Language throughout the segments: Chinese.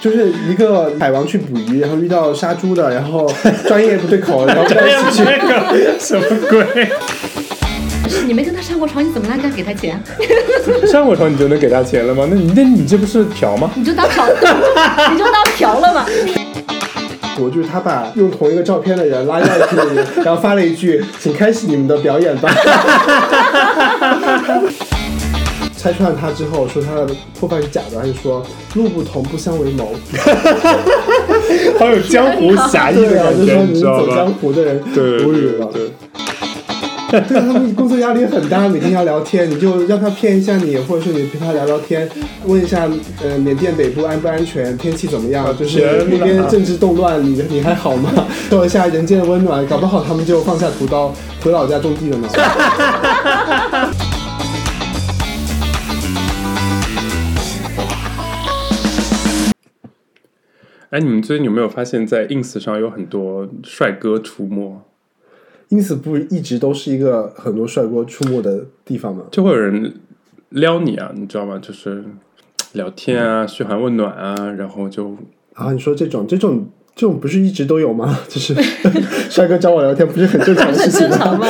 就是一个海王去捕鱼，然后遇到杀猪的，然后专业不对口，然后 被哎 呀，这个什么鬼？哎你没跟他上过床，你怎么能敢给他钱？ 上过床你就能给他钱了吗？那你那你这不是嫖吗？你就当嫖， 你就当嫖了嘛。我就是他把用同一个照片的人拉到一群里，然后发了一句：“请开始你们的表演 吧。”拆穿了他之后，说他的破饭是假的，还是说路不同不相为谋？好有江湖侠义的对啊，感就觉，说你你知道走江吧？湖的人对无语对了。对，就是他们工作压力很大，每天要聊天，你就让他骗一下你，或者说你陪他聊聊天，问一下呃缅甸北部安不安全，天气怎么样，就是天那边哪政治动乱，你你还好吗？受一下人间的温暖，搞不好他们就放下屠刀回老家种地了呢。哎，你们最近有没有发现，在 ins 上有很多帅哥出没？因此不一直都是一个很多帅哥出没的地方吗？就会有人撩你啊，你知道吗？就是聊天啊，嘘寒问暖啊，然后就啊，你说这种这种这种不是一直都有吗？就是 帅哥找我聊天不是很正常的事很 情正吗？常嘛。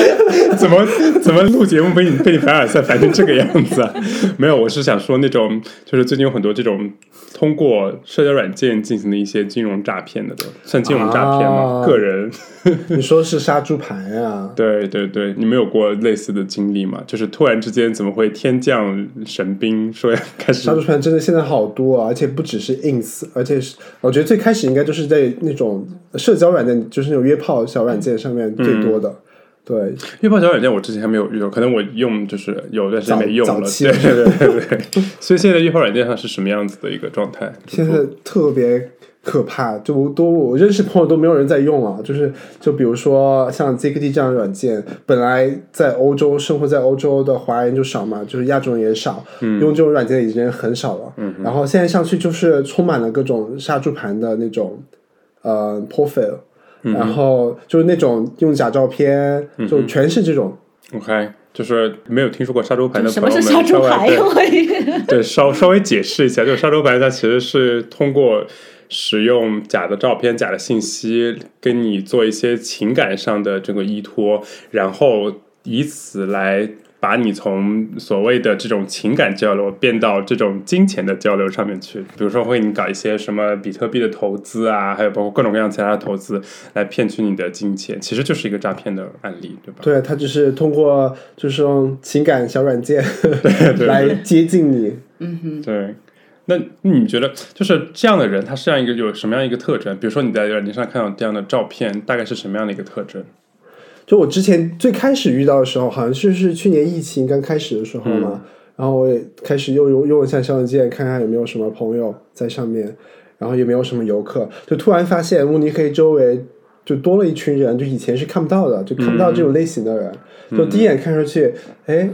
怎么怎么录节目被你被你凡尔赛烦成这个样子啊？ 没有，我是想说那种，就是最近有很多这种通过社交软件进行的一些金融诈骗的，算金融诈骗吗？啊个人， 你说是杀猪盘啊？对对对，你们有过类似的经历吗？就是突然之间怎么会天降神兵，说要开始杀猪盘真的现在好多啊，而且不只是 ins，而且是我觉得最开始应该就是在那种社交软件，就是那种约炮小软件上面最多嗯的。对，约炮小软件我之前还没有遇到，可能我用就是有段时间没用早了，早期对 对对对对。所以现在约炮软件上是什么样子的一个状态？现在特别可怕，就我都我认识朋友都没有人在用啊。就是就比如说像 Zigd 这样的软件，本来在欧洲生活在欧洲的华人就少嘛，就是亚洲人也少，用这种软件的已经很少了。然后现在上去就是充满了各种杀猪盘的那种呃 profile。然后就是那种用假照片，就全是这种， OK，就是没有听说过杀猪盘的什朋么友是们，杀猪稍盘微呀？我也对 对，稍稍微解释一下，就是杀猪盘它其实是通过使用假的照片、假的信息，跟你做一些情感上的这个依托，然后以此来。把你从所谓的这种情感交流变到这种金钱的交流上面去，比如说会你搞一些什么比特币的投资啊，还有包括各种各样其他的投资来骗取你的金钱，其实就是一个诈骗的案例，对吧？对他只是通过就是用情感小软件 来接近你，对，那你觉得就是这样的人，他是这样一个有什么样一个特征？比如说你在软件上看到这样的照片，大概是什么样的一个特征？就我之前最开始遇到的时候，好像是是去年疫情刚开始的时候嘛，然后我也开始又用用一下小软件，看看有没有什么朋友在上面，然后也没有什么游客，就突然发现慕尼黑周围就多了一群人，就以前是看不到的，就看不到这种类型的人，就第一眼看上去，哎，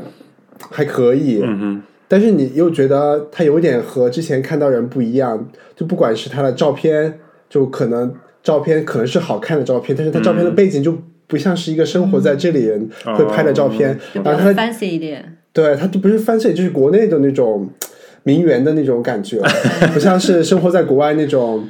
还可以，嗯但是你又觉得他有点和之前看到人不一样，就不管是他的照片，就可能照片可能是好看的照片，但是他照片的背景就不像是一个生活在这里人会拍的照片，然后他的 fancy 一点，对他就不是翻碎，就是国内的那种名媛的那种感觉， 不像是生活在国外那种，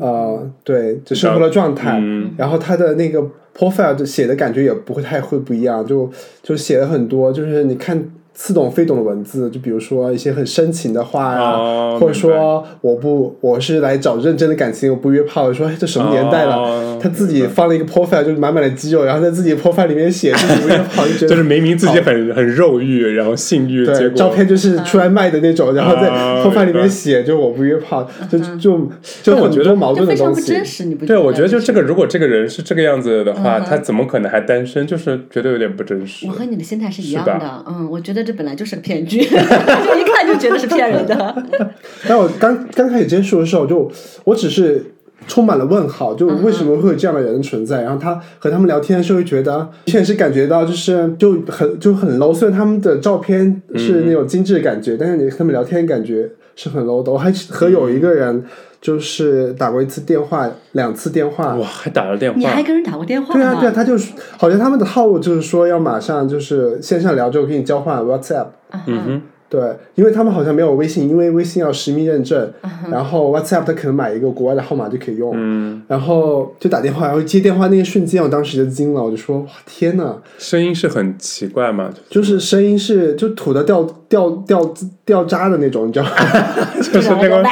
呃，对，就生活的状态，嗯然后他的那个 profile 就写的感觉也不会太会不一样，就就写了很多，就是你看似懂非懂的文字，就比如说一些很深情的话呀、哦或者说我不我是来找认真的感情，我不约炮，说、哎、这什么年代了，哦他自己放了一个 profile 就是满满的肌肉，然后在自己 profile 里面写自己不约炮，就觉得 哼，就是明明自己很很肉欲，然后性欲，结对，果照片就是嗯出来卖的那种，然后在啊后发里明面白写，就我不约炮，就就就但我很觉得多矛就盾的非常东不西真。实，你不觉对，得？我觉得就这个，如果这个人是这个样子的话，他怎么可能还单身？就是觉得有点不真实嗯我。和你的心态是一样是的，嗯，我觉得这本来就是个骗局，就 一看就觉得是骗人的。 但我刚刚开始接触的时候，就我只是充满了问号，就为什么会有这样的人存嗯在？然后他和他们聊天的时候，会觉得确实是感觉到就是就很就很 low，虽然他们的照片是那种精致的感嗯觉，但是你和他们聊天感觉是很 low 的。我还和有一个人就是打过一次电话，两次电话，哇，还打了电你话还，跟人打过电话对啊，对啊，呢？他就是好像他们的套路就是说要马上就是线上聊之后给你交换 WhatsApp，嗯哼，对，因为他们好像没有微信，因为微信要实名认证，嗯然后 WhatsApp 他可能买一个国外的号码就可以用，嗯，然后就打电话，然后接电话那一瞬间，我当时就惊了，我就说哇天呐，声音是很奇怪嘛，就是声音是就土的掉掉掉掉渣的那种，你知道吗？ 就是那个喂，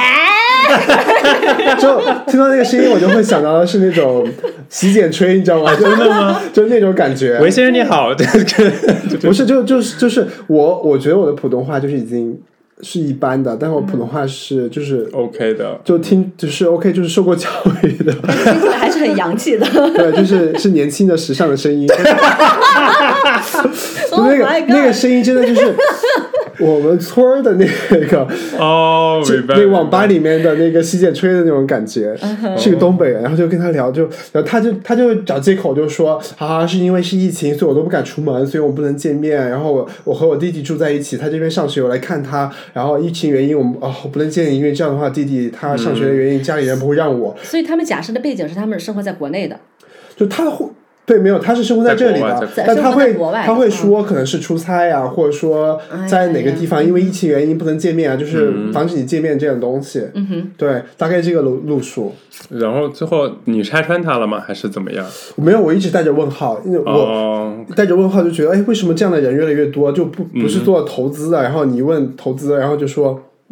就听到那个声音，我就会想到的是那种洗剪吹，你知道吗？ 真的吗？就那种感觉。喂先生你好，这个 不是，就就是就是我，我觉得我的普通话就是已经是一般的，但是我嗯普通话是就是、 OK 的，就听就是 OK，就是受过教育 的，哎听起来还是很洋气 的。对，就是是年轻的时尚的声音， Oh 那 my 个 god！那个声音真的就是我们村儿的那个。哦，明白，那网吧里面的那个洗剪吹的那种感觉，是个东北人，然后就跟他聊，就然后他就他就找借口就说啊，是因为是疫情，所以我都不敢出门，所以我们不能见面。然后我我和我弟弟住在一起，他这边上学，我来看他。然后疫情原因，我们哦我不能见你，因为这样的话，弟弟他上学的原因，家里人不会让我。所以他们假设的背景是他们是生活在国内的，就他的户对，没有，他是生活在这里的，在国外在国外但他生活会在国外嗯哎他会说可能是出差啊，或者说在哪个地方，嗯因为疫情原因不能见面啊，嗯就是防止你见面这种东西。嗯哼，对，大概这个路路数。然后最后你拆穿他了吗？还是怎么样？没有，我一直带着问号，因为我哦，带着问号就觉得，哎，为什么这样的人越来越多？就不嗯不是做投资的，然后你一问投资，然后就说，嗯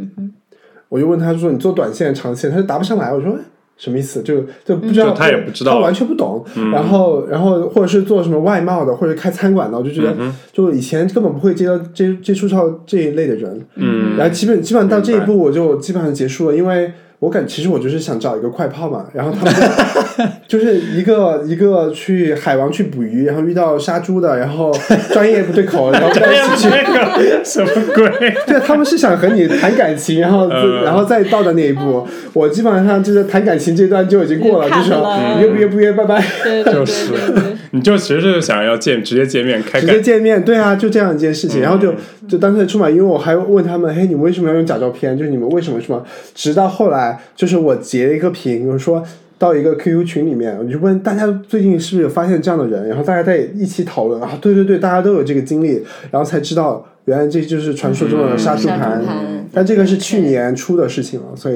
我就问他说你做短线、长线，他就答不上来。我说。哎什么意思？就就不知道，就他也不知道他完全不懂。然后，然后或者是做什么外贸的，或者开餐馆的，我就觉得，就以前根本不会接到接接触到这一类的人。嗯，然后基本基本上到这一明白步，我就基本上结束了，因为我感其实我就是想找一个快炮嘛。然后他们就 就是一个一个去海王去捕鱼，然后遇到杀猪的，然后专业不对 口，然后在一起去。那个什么 鬼？对，他们是想和你谈感情，然后、呃然后再到的那一步。我基本上就是谈感情这段就已经过了，看就是了约不约不约，拜拜，对对就是对你就其实是想要见直接见面开直干接见面。对啊，就这样一件事情。然后就就当时出马，因为我还问他们，嘿，你们为什么要用假照片？就是你们为什么什么？直到后来，就是我截了一个屏，我说。到一个 QQ 群里面，我就问大家最近是不是有发现这样的人，然后大家在一起讨论啊，对对对，大家都有这个经历，然后才知道原来这就是传说中的杀猪嗯杀猪盘。盘但这个是去年出的事情了，所以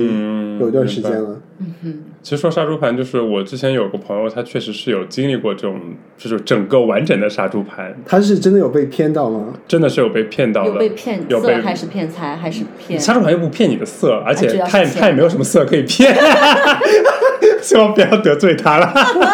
有一段时间了。其实说杀猪盘，就是我之前有个朋友，他确实是有经历过这种，就是整个完整的杀猪盘，他是真的有被骗到吗？真的是有被骗到有被的。骗有被色还是骗财还是骗？啊杀猪盘又不骗你的色，而且主要是他也钱他也没有什么色可以骗， 希望不要得罪他了。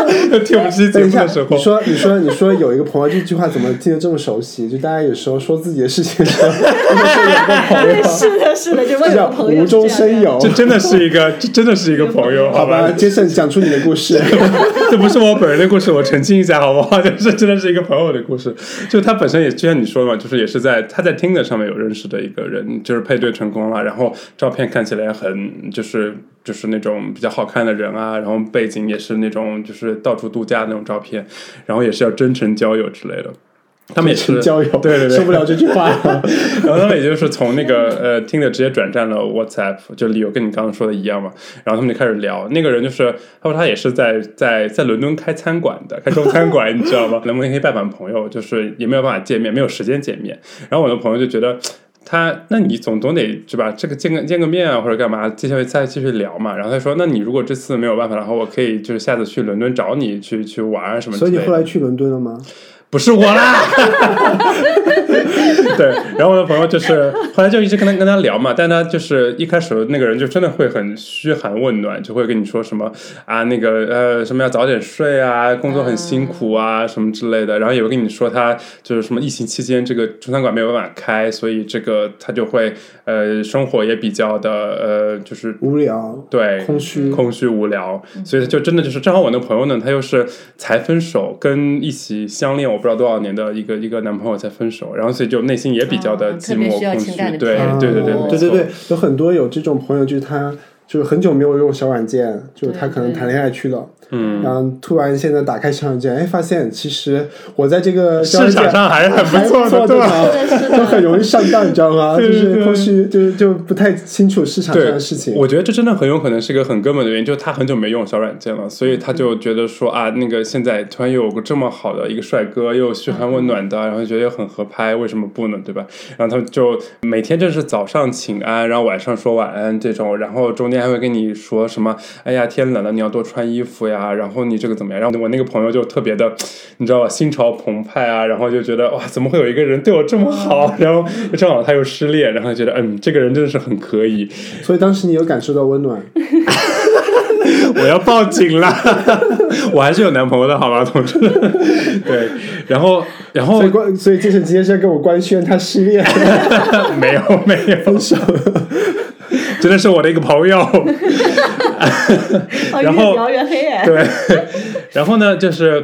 听我们这期节等一目下，的时候哎你，说你说你说有一个朋友，这句话怎么记得这么熟悉？就大家有时候说自己的事情的时候， 真的是有个朋友， 是的，是的，就这问叫我朋友无是这中样生的。有这。真的是一个，这真的是一个朋 友，好好吧吧？，Jason 讲出你的故事。 这不是我本人的故事，我澄清一下好不好？ 就是真的是一个朋友的故事，就他本身也就像你说的嘛，就是也是在他在听的上面有认识的一个人，就是配对成功了，然后照片看起来很就是就是那种比较好看的人啊，然后背景也是那种就是到处度假那种照片，然后也是要真诚交友之类的。他们也是交友，对对对，受不了这句 话。然后他们也就是从那个呃听的直接转战了 WhatsApp，就理由跟你刚刚说的一样嘛。然后他们就开始聊，那个人就是他说他也是在在在伦敦开餐馆的，开中餐馆，你知道吗？ 伦敦黑拜访朋友，就是也没有办法见面，没有时间见面。然后我的朋友就觉得。他，那你总总得是吧？这个见个见个面啊，或者干嘛，接下来再继续聊嘛。然后他说，那你如果这次没有办法的话，我可以就是下次去伦敦找你去去玩啊什么之所类以的。你后来去伦敦了吗？不是我啦。 对，然后我的朋友就是后来就一直跟他跟他聊嘛，但他就是一开始那个人就真的会很嘘寒问暖，就会跟你说什么啊那个呃什么要早点睡啊，工作很辛苦啊、什么之类的，然后也会跟你说他就是什么疫情期间这个中餐馆没有办法开，所以这个他就会呃生活也比较的呃就是无聊，对，空虚空虚、无聊，嗯所以他就真的就是，正好我那个朋友呢，他又是才分手，跟一起相恋我不知道多少年的一个一个男朋友才分手，然后所以就内心也比较的啊寂特别寞、需要空情感虚，的哎对啊填对对对补对对对对，有很多有这种朋友，就是他就是很久没有用小软件，就是他可能对谈恋爱去了，嗯，然后突然现在打开小软件，哎，发现其实我在这个小市软件场上还是还很不错的，对吧？吧？是的，是 就的，很容易上当，你知道吗？对就对是对后续就就不太清楚市场上的事情。我觉得这真的很有可能是一个很根本的原因，就是他很久没用小软件了，所以他就觉得说啊，那个现在突然又有个这么好的一个帅哥，又嘘寒问暖的，然后觉得又很合拍，为什么不呢？对吧？然后他们就每天就是早上请安，然后晚上说晚安这种，然后中间还会跟你说什么，哎呀，天冷了，你要多穿衣服呀，然后你这个怎么样？然后我那个朋友就特别的，你知道吧，心潮澎湃啊，然后就觉得哇，怎么会有一个人对我这么好？ 然后正好他又失恋，然后觉得嗯，这个人真的是很可以，所以当时你有感受到温暖，我要报警 啦！我还是有男朋友的，好吧，同志。对，然后，然后所以关，所以这是今天是要跟我官宣他失恋， 没有没有分手，真的是我的一个朋友。哦，然后越描越黑哎。对，然后呢，就是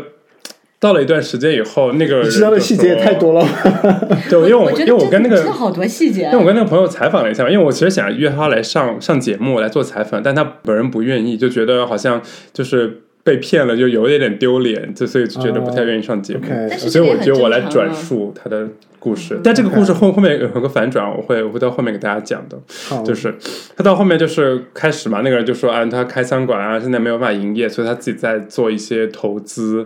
到了一段时间以后，那个人你知道的就细节也说太多了。对，因为我觉得因为我这跟那个这好多细节啊因为，我跟那个朋友采访了一下，因为我其实想约他来上上节目来做采访，但他本人不愿意，就觉得好像就是被骗了，就有一点丢脸，就所以就觉得不太愿意上节目。 OK 但是所以我这觉个也很得我来正常啊转述他的故事，但这个故事后后面有个反转，我会我会到后面给大家讲的。好就是他到后面就是开始嘛，那个人就说啊，他开餐馆啊，现在没有办法营业，所以他自己在做一些投资，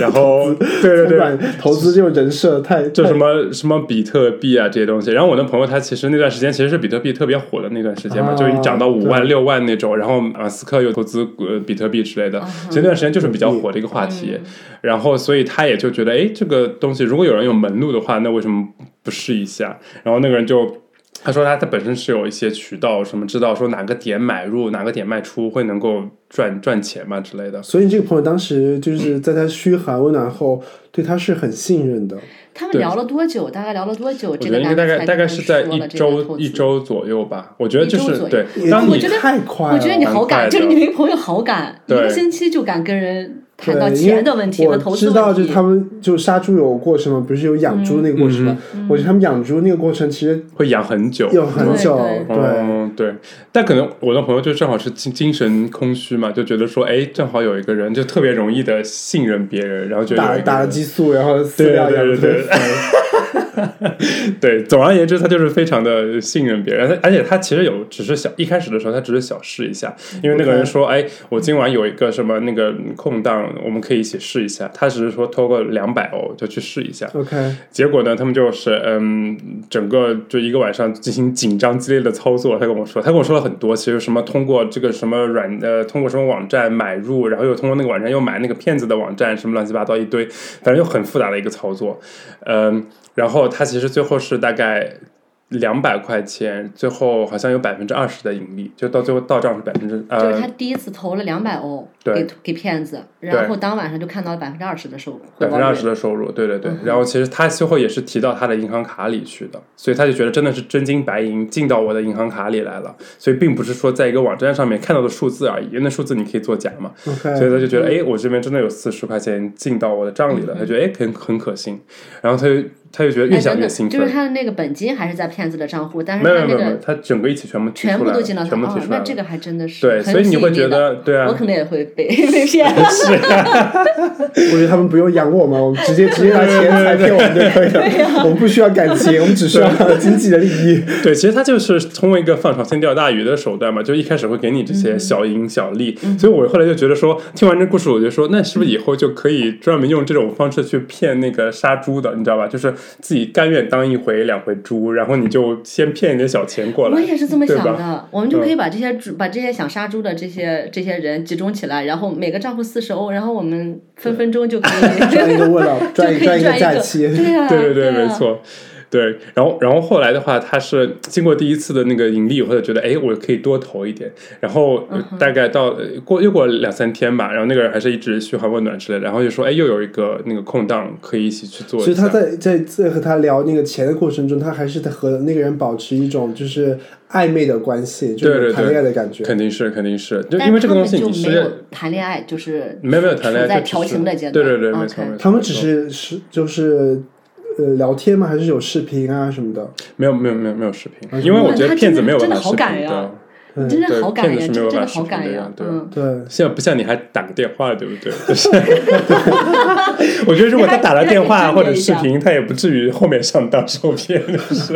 然后对对不对，然投资这种人设太就太什么什么比特币啊这些东西。然后我那朋友他其实那段时间其实是比特币特别火的那段时间嘛，啊就一涨到五万对六万那种。然后马斯克又投资呃比特币之类的，其实那段时间就是比较火的一个话题。然后所以他也就觉得，哎，这个东西如果有人有门路的话，那为什么不试一下？然后那个人就。他说他他本身是有一些渠道，什么知道说哪个点买入，哪个点卖出会能够赚赚钱嘛之类的。所以这个朋友当时就是在他嘘寒问暖后，对他是很信任的。他们对聊了多久？大概聊了多久？我这觉得个应男该的大概大才概跟是他在说一了这个周投资一。周左右吧。我觉得就一周是左右对也，当我你觉得太快了，啊我觉得你好蛮快敢，就是的你那个朋友好敢，一对个星期就敢跟人谈对到因为钱的问题和投我资知道，问就题他。们就杀猪有过程嘛，不是有养猪那个过程吗？嗯我觉得他们养猪那个过程其实会养很久，有很对久，对嗯，对，但可能我的朋友就正好是精精神空虚嘛，就觉得说，哎，正好有一个人就特别容易的信任别人，然后觉得有打一个打了人激素，然后饲料养对对猪对对 对，总而言之，他就是非常的信任别人，而而且他其实有只是小一开始的时候，他只是小试一下，因为那个人说，哎，我今晚有一个什么那个空档，我们可以一起试一下。他只是说偷个两百欧就去试一下， ，OK，结果呢，他们就是嗯，整个就一个晚上进行紧张激烈的操作。他跟我说，他跟我说了很多，其实什么通过这个什么软呃，通过什么网站买入，然后又通过那个网站又买那个骗子的网站，什么乱七八糟一堆，反正就很复杂的一个操作。嗯，然后他其实最后是大概。两百块钱，最后好像有百分之二十的盈利，就到最后到账是百分之就呃是他第一次投了两百欧对给给骗子，对然后当晚上就看到了百分之二十的收回百分报之率二十的收入，对对对。嗯然后其实他最后也是提到他的银行卡里去的，所以他就觉得真的是真金白银进到我的银行卡里来了，所以并不是说在一个网站上面看到的数字而已，因为那数字你可以作假嘛。 OK 所以他就觉得，哎，我这边真的有四十块钱进到我的账里了，他觉得哎很很可信，然后他就他就觉得越嗯哎想等越等，兴就是奋。他的那个本金还是在骗子的账户，但是没他有没有没有那没有，个他整个一起全部提全出部来都了，进到他全部提哦，出来那了。这个还真的是对，很所以有你会吸引觉力得，的对啊我，可能也会被 被 骗。我觉得他们不用养我们，我们直接直接拿钱来骗我们就可以啊了，我们不需要感情，我们只需要经济的利 益。 对，其实他就是通过一个放长线钓大鱼的手段嘛，就一开始会给你这些小赢小利，所以我后来就觉得说，听完这故事，我就说，那是不是以后就可以专门用这种方式去骗那个杀猪的，你知道吧？就是自己甘愿当一回两回猪，然后你就先骗一点小钱过来，我也是这么对想吧？嗯的，我们就可以把这些主、把这些想杀猪的这些这些人集中起来，然后每个账户四十欧，然后我们分分钟就可以 就 赚一个慰劳，可赚以一赚一个假期。对 呀、啊，对对对，对，没。错。对，然后然后后来的话，他是经过第一次的那个盈利以后，就觉得哎，我可以多投一点。然后嗯呃大概到、呃过又过了两三天吧，然后那个人还是一直嘘寒问暖之类的，然后就说哎，又有一个那个空档可以一起去做一其下。实他在在在和他聊那个钱的过程中，他还是在和那个人保持一种就是暧昧的关系，就对对是对谈恋爱的感觉。肯定是肯定是，就但因为这个东西你他们就是没有谈恋爱，就是没有没有谈恋爱，处在就只调是情的阶段。对对对，没错 OK 没错。他们没只错是是就是呃聊天吗？还是有视频啊什么的？没有没有没有没有视频，嗯因为我觉得哇他骗子真的没有办真的法好视频感人啊的。真的对好感骗子是人，这没有个真办的法好识别感的呀人，对嗯，对，现在不像你还打个电话，对不 对？就是我觉得如果他打了电话或者视频，他也不至于后面上当受骗，就是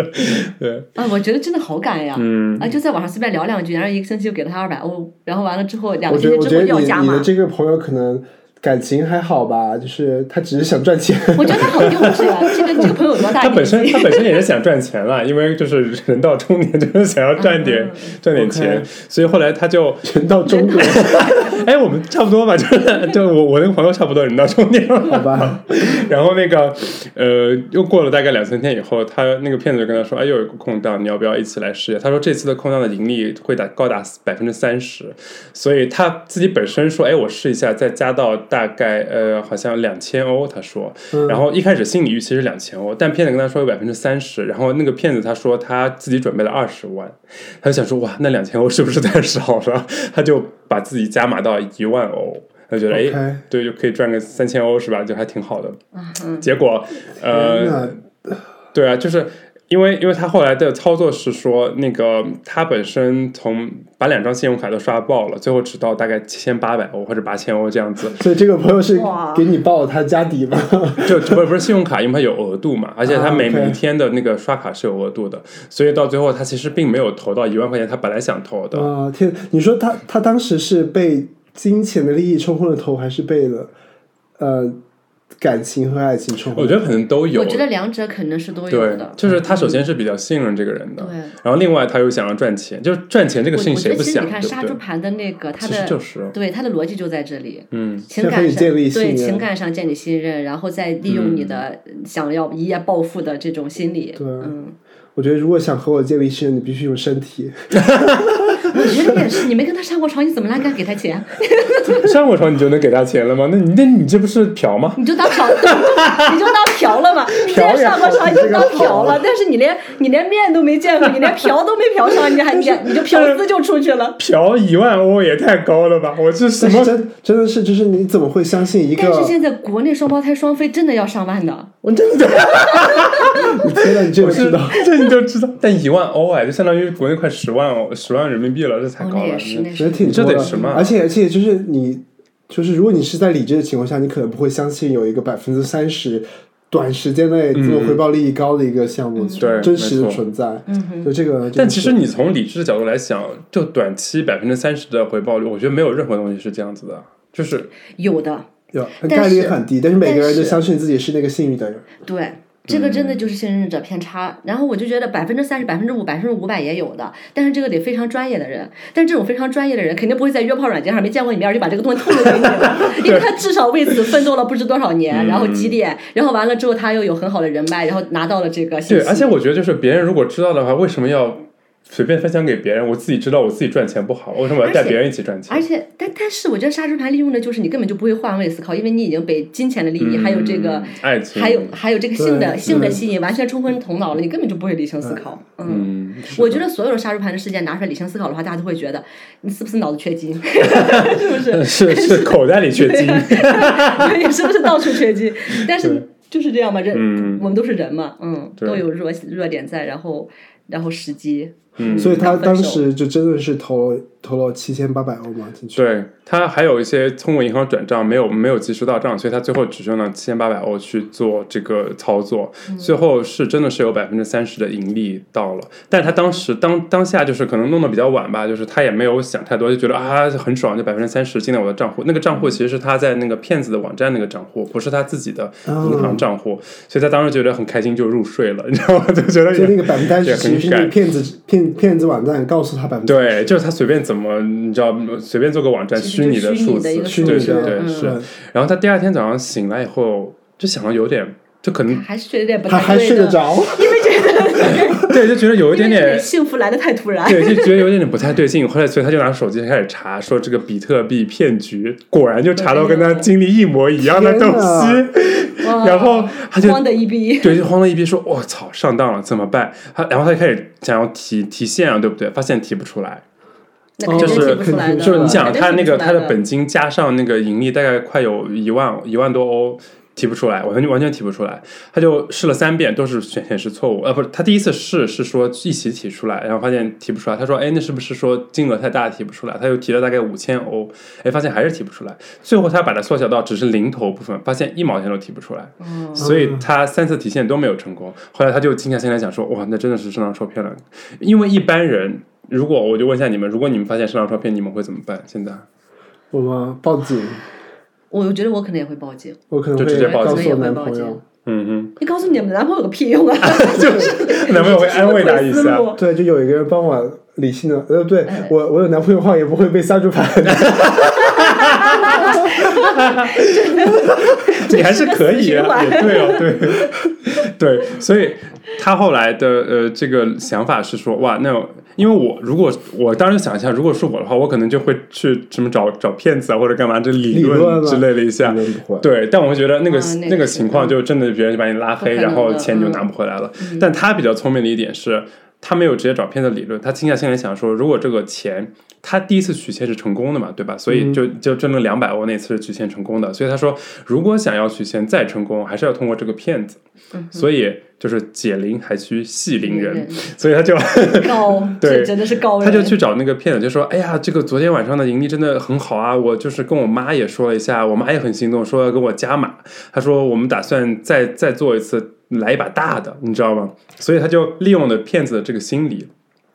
对，啊，我觉得真的好感人呀。嗯，啊，就在网上随便聊两句，然后一个星期就给了他二百欧，然后完了之后两我个觉星得期我之觉后得要你加你码的。这个朋友可能感情还好吧，就是他只是想赚钱。我觉得他好幼稚啊！这个这个朋友有多 大他年纪？本身他本身也是想赚钱了，因为就是人到中年就是想要赚点、嗯赚点钱，所以后来他就人到中国， 哎，我们差不多吧，就是就我我那个朋友差不多人到中年了，好吧？然后那个呃，又过了大概两三天以后，他那个骗子就跟他说：“哎，又有一个空档，你要不要一起来试一下？”他说这次的空档的盈利会达高达百分之三十，所以他自己本身说：“哎，我试一下，再加到大概呃，好像两千欧。”他说，然后一开始心理预期是两千欧，但骗子跟他说有百分之三十，然后那个骗子他说他自己准备了二十万，他就想说：“哇，那两千欧是不是太少了？”他就把自己加码到一万欧。他觉得哎 OK 对，就可以赚个三千欧是吧？就还挺好的。啊嗯，结果， 呃， 那对啊，就是因为因为他后来的操作是说，那个他本身从把两张信用卡都刷爆了，最后只到大概七千八百欧或者八千欧这样子， 所以这个朋友是哇给你报他家底吗？就不是不是信用卡，因为它有额度嘛，而且它啊每、，OK 每天的那个刷卡是有额度的，所以到最后他其实并没有投到一万块钱，他本来想投的，啊天！你说他他当时是被金钱的利益冲昏了头，还是被了呃感情和爱情冲昏我了？觉得可能都有，我觉得两者可能是都有对的，。就是嗯他首先是比较信任这个人的，对然后另外他又想要赚钱，就是赚钱这我个我事情觉谁得不其实想，你看对杀不猪对？盘的那个，他其实就的是，啊对他的逻辑就在这里，嗯。情先可感以上建立信对任情感上建立信任，然后再利用你的想要一夜暴富的这种心理，对嗯，我觉得如果想和我建立信任，你必须用身体。我觉得你也是，你没跟他上过床，你怎么来敢给他钱？ 上过床你就能给他钱了吗？那你那你这不是嫖吗？你就当嫖， 你就当嫖了嘛。你现在上过床，你就当嫖了，但是你连你连面都没见过，你连嫖都没嫖上，你还你你就嫖资就出去了。嫖一万欧也太高了吧！我这什但 么是？真真的是，就是你怎么会相信一但是个？现在国内双胞胎双飞真的要上万的，我真的，天哪，你这个知道？这你就知道。但一万欧哎，就相当于国内快十万欧，十万人民币了，这太 哦，高那了也。是，那觉得是。挺这多得的什么啊而且而且就是你，就是如果你是在理智的情况下，你可能不会相信有一个百分之三十短时间内这么回报率高的一个项目嗯对真实没的错存在。嗯哼，就这个，但其实这个是你从理智的角度来想，就短期百分之三十的回报率，我觉得没有任何东西是这样子的。就是有的，有但概率是很低，但是每个人都但是相信自己是那个幸运的人。对。这个嗯真的就是信任者偏差，然后我就觉得百分之三十、百分之五、百分之五百也有的，但是这个得非常专业的人，但这种非常专业的人肯定不会在约炮软件上没见过你面就把这个东西透露给你了， 因为他至少为此奋斗了不知多少年，然后嗯积淀，然后完了之后他又有很好的人脉，然后拿到了这个信对，息，而且我觉得就是别人如果知道的话，为什么要随便分享给别人？我自己知道我自己赚钱不好，为什么我要带而且别人一起赚钱而？且，但但是我觉得杀猪盘利用的就是你根本就不会换位思考，因为你已经被金钱的利益，还有这个嗯，爱情，还有还有这个性的对性的吸引，完全冲昏头脑了，你根本就不会理性思考。嗯，嗯，我觉得所有的杀猪盘的事件拿出来理性思考的话，大家都会觉得你是不是脑子缺金，是不 是？是是口袋里缺金。 你是不是到处 缺金？但是就是这样嘛，人、嗯我们都是人嘛，嗯，对都有弱弱点在，然后然后时机，嗯，所以他分当手时就真的是投了投了七千八百欧嘛进去。对他还有一些通过银行转账没有没有及时到账，所以他最后只用了七千八百欧去做这个操作，嗯最后是真的是有百分之三十的盈利到了，但他当时当当下就是可能弄得比较晚吧，就是他也没有想太多，就觉得啊很爽，就百分之三十进到我的账户，那个账嗯户其实是他在那个骗子的网站那个账户，不是他自己的银行账户，所以他当时觉得很开心就入睡了，你知道吗？就觉得就也那个百分之三也十很其实是那个感骗 子骗骗子网站告诉他百分之对，就是他随便怎么，你知道，随便做个网站，其实虚就拟的虚数拟字的一，个虚对拟对的对嗯是。嗯然后他第二天早上醒来以后，就想到有点，就可能还是觉得有点不他太还对睡的得。着，对，就觉得有一点因为这点个，幸福来的太突然。对，就觉得有点点不太对劲。后来，所以他就拿手机开始查，说这个比特币骗局，果然就查到跟他经历一模一样的东西，哇然后他就嗯哦慌的一逼。对，就慌了一逼，说：“我操，上当了，怎么办？”他然后他就开始想要提提现啊，对不对？发现提不出来，那肯就定哦是提不出来的，就是你想肯定他提不那个出来他的本金加上那个盈利，大概快有一万一万多欧，提不出来，完全完全提不出来。他就试了三遍，都是显显示错误。呃，不是，他第一次试是说一起提出来，然后发现提不出来。他说：“哎，那是不是说金额太大提不出来？”他又提了大概五千欧，哎，发现还是提不出来。最后他把它缩小到只是零头部分，发现一毛钱都提不出来。嗯，所以他三次提现都没有成功。后来他就静下心来想说：“哇，那真的是肾脏受骗了。”因为一般人，如果我就问一下你们，如果你们发现肾脏受骗，你们会怎么办？现在我吗？报警，我觉得我可能也会报警。我可能就直接会报告警诉我男朋可能也会友报。嗯哼，你告诉你们男朋友有个屁用啊！ 就是男朋友会安慰他一 这是什么下鬼思。路对，就有一个人帮我理性的，呃，对嗯哎我我有男朋友的话也不会被杀猪盘。 你还是可以这是个啊，死循环也对哦，对 对，所以他后来的呃这个想法是说，哇，那因为我如果我当时想一下，如果是我的话，我可能就会去什么找找骗子啊，或者干嘛这理理论论了之类的一下理论不会，对，但我会觉得那个、啊那个那个是情况就真的别人就把你拉黑，不可能的嗯然后钱你就拿不回来了。但他比较聪明的一点是。他没有直接找骗子理论，他静下心来想说，如果这个钱他第一次取现是成功的嘛，对吧？所嗯以就就挣了两百欧那次是取现成功的，所以他说，如果想要取现再成功，还是要通过这个骗子。所以就是解铃还须系铃人，嗯所以他就高，对这真的是高人。他就去找那个骗子，就说：“哎呀，这个昨天晚上的盈利真的很好啊！我就是跟我妈也说了一下，我妈也很心动，说要跟我加码。他说我们打算再再做一次，来一把大的，你知道吗？所以他就利用了骗子的这个心理，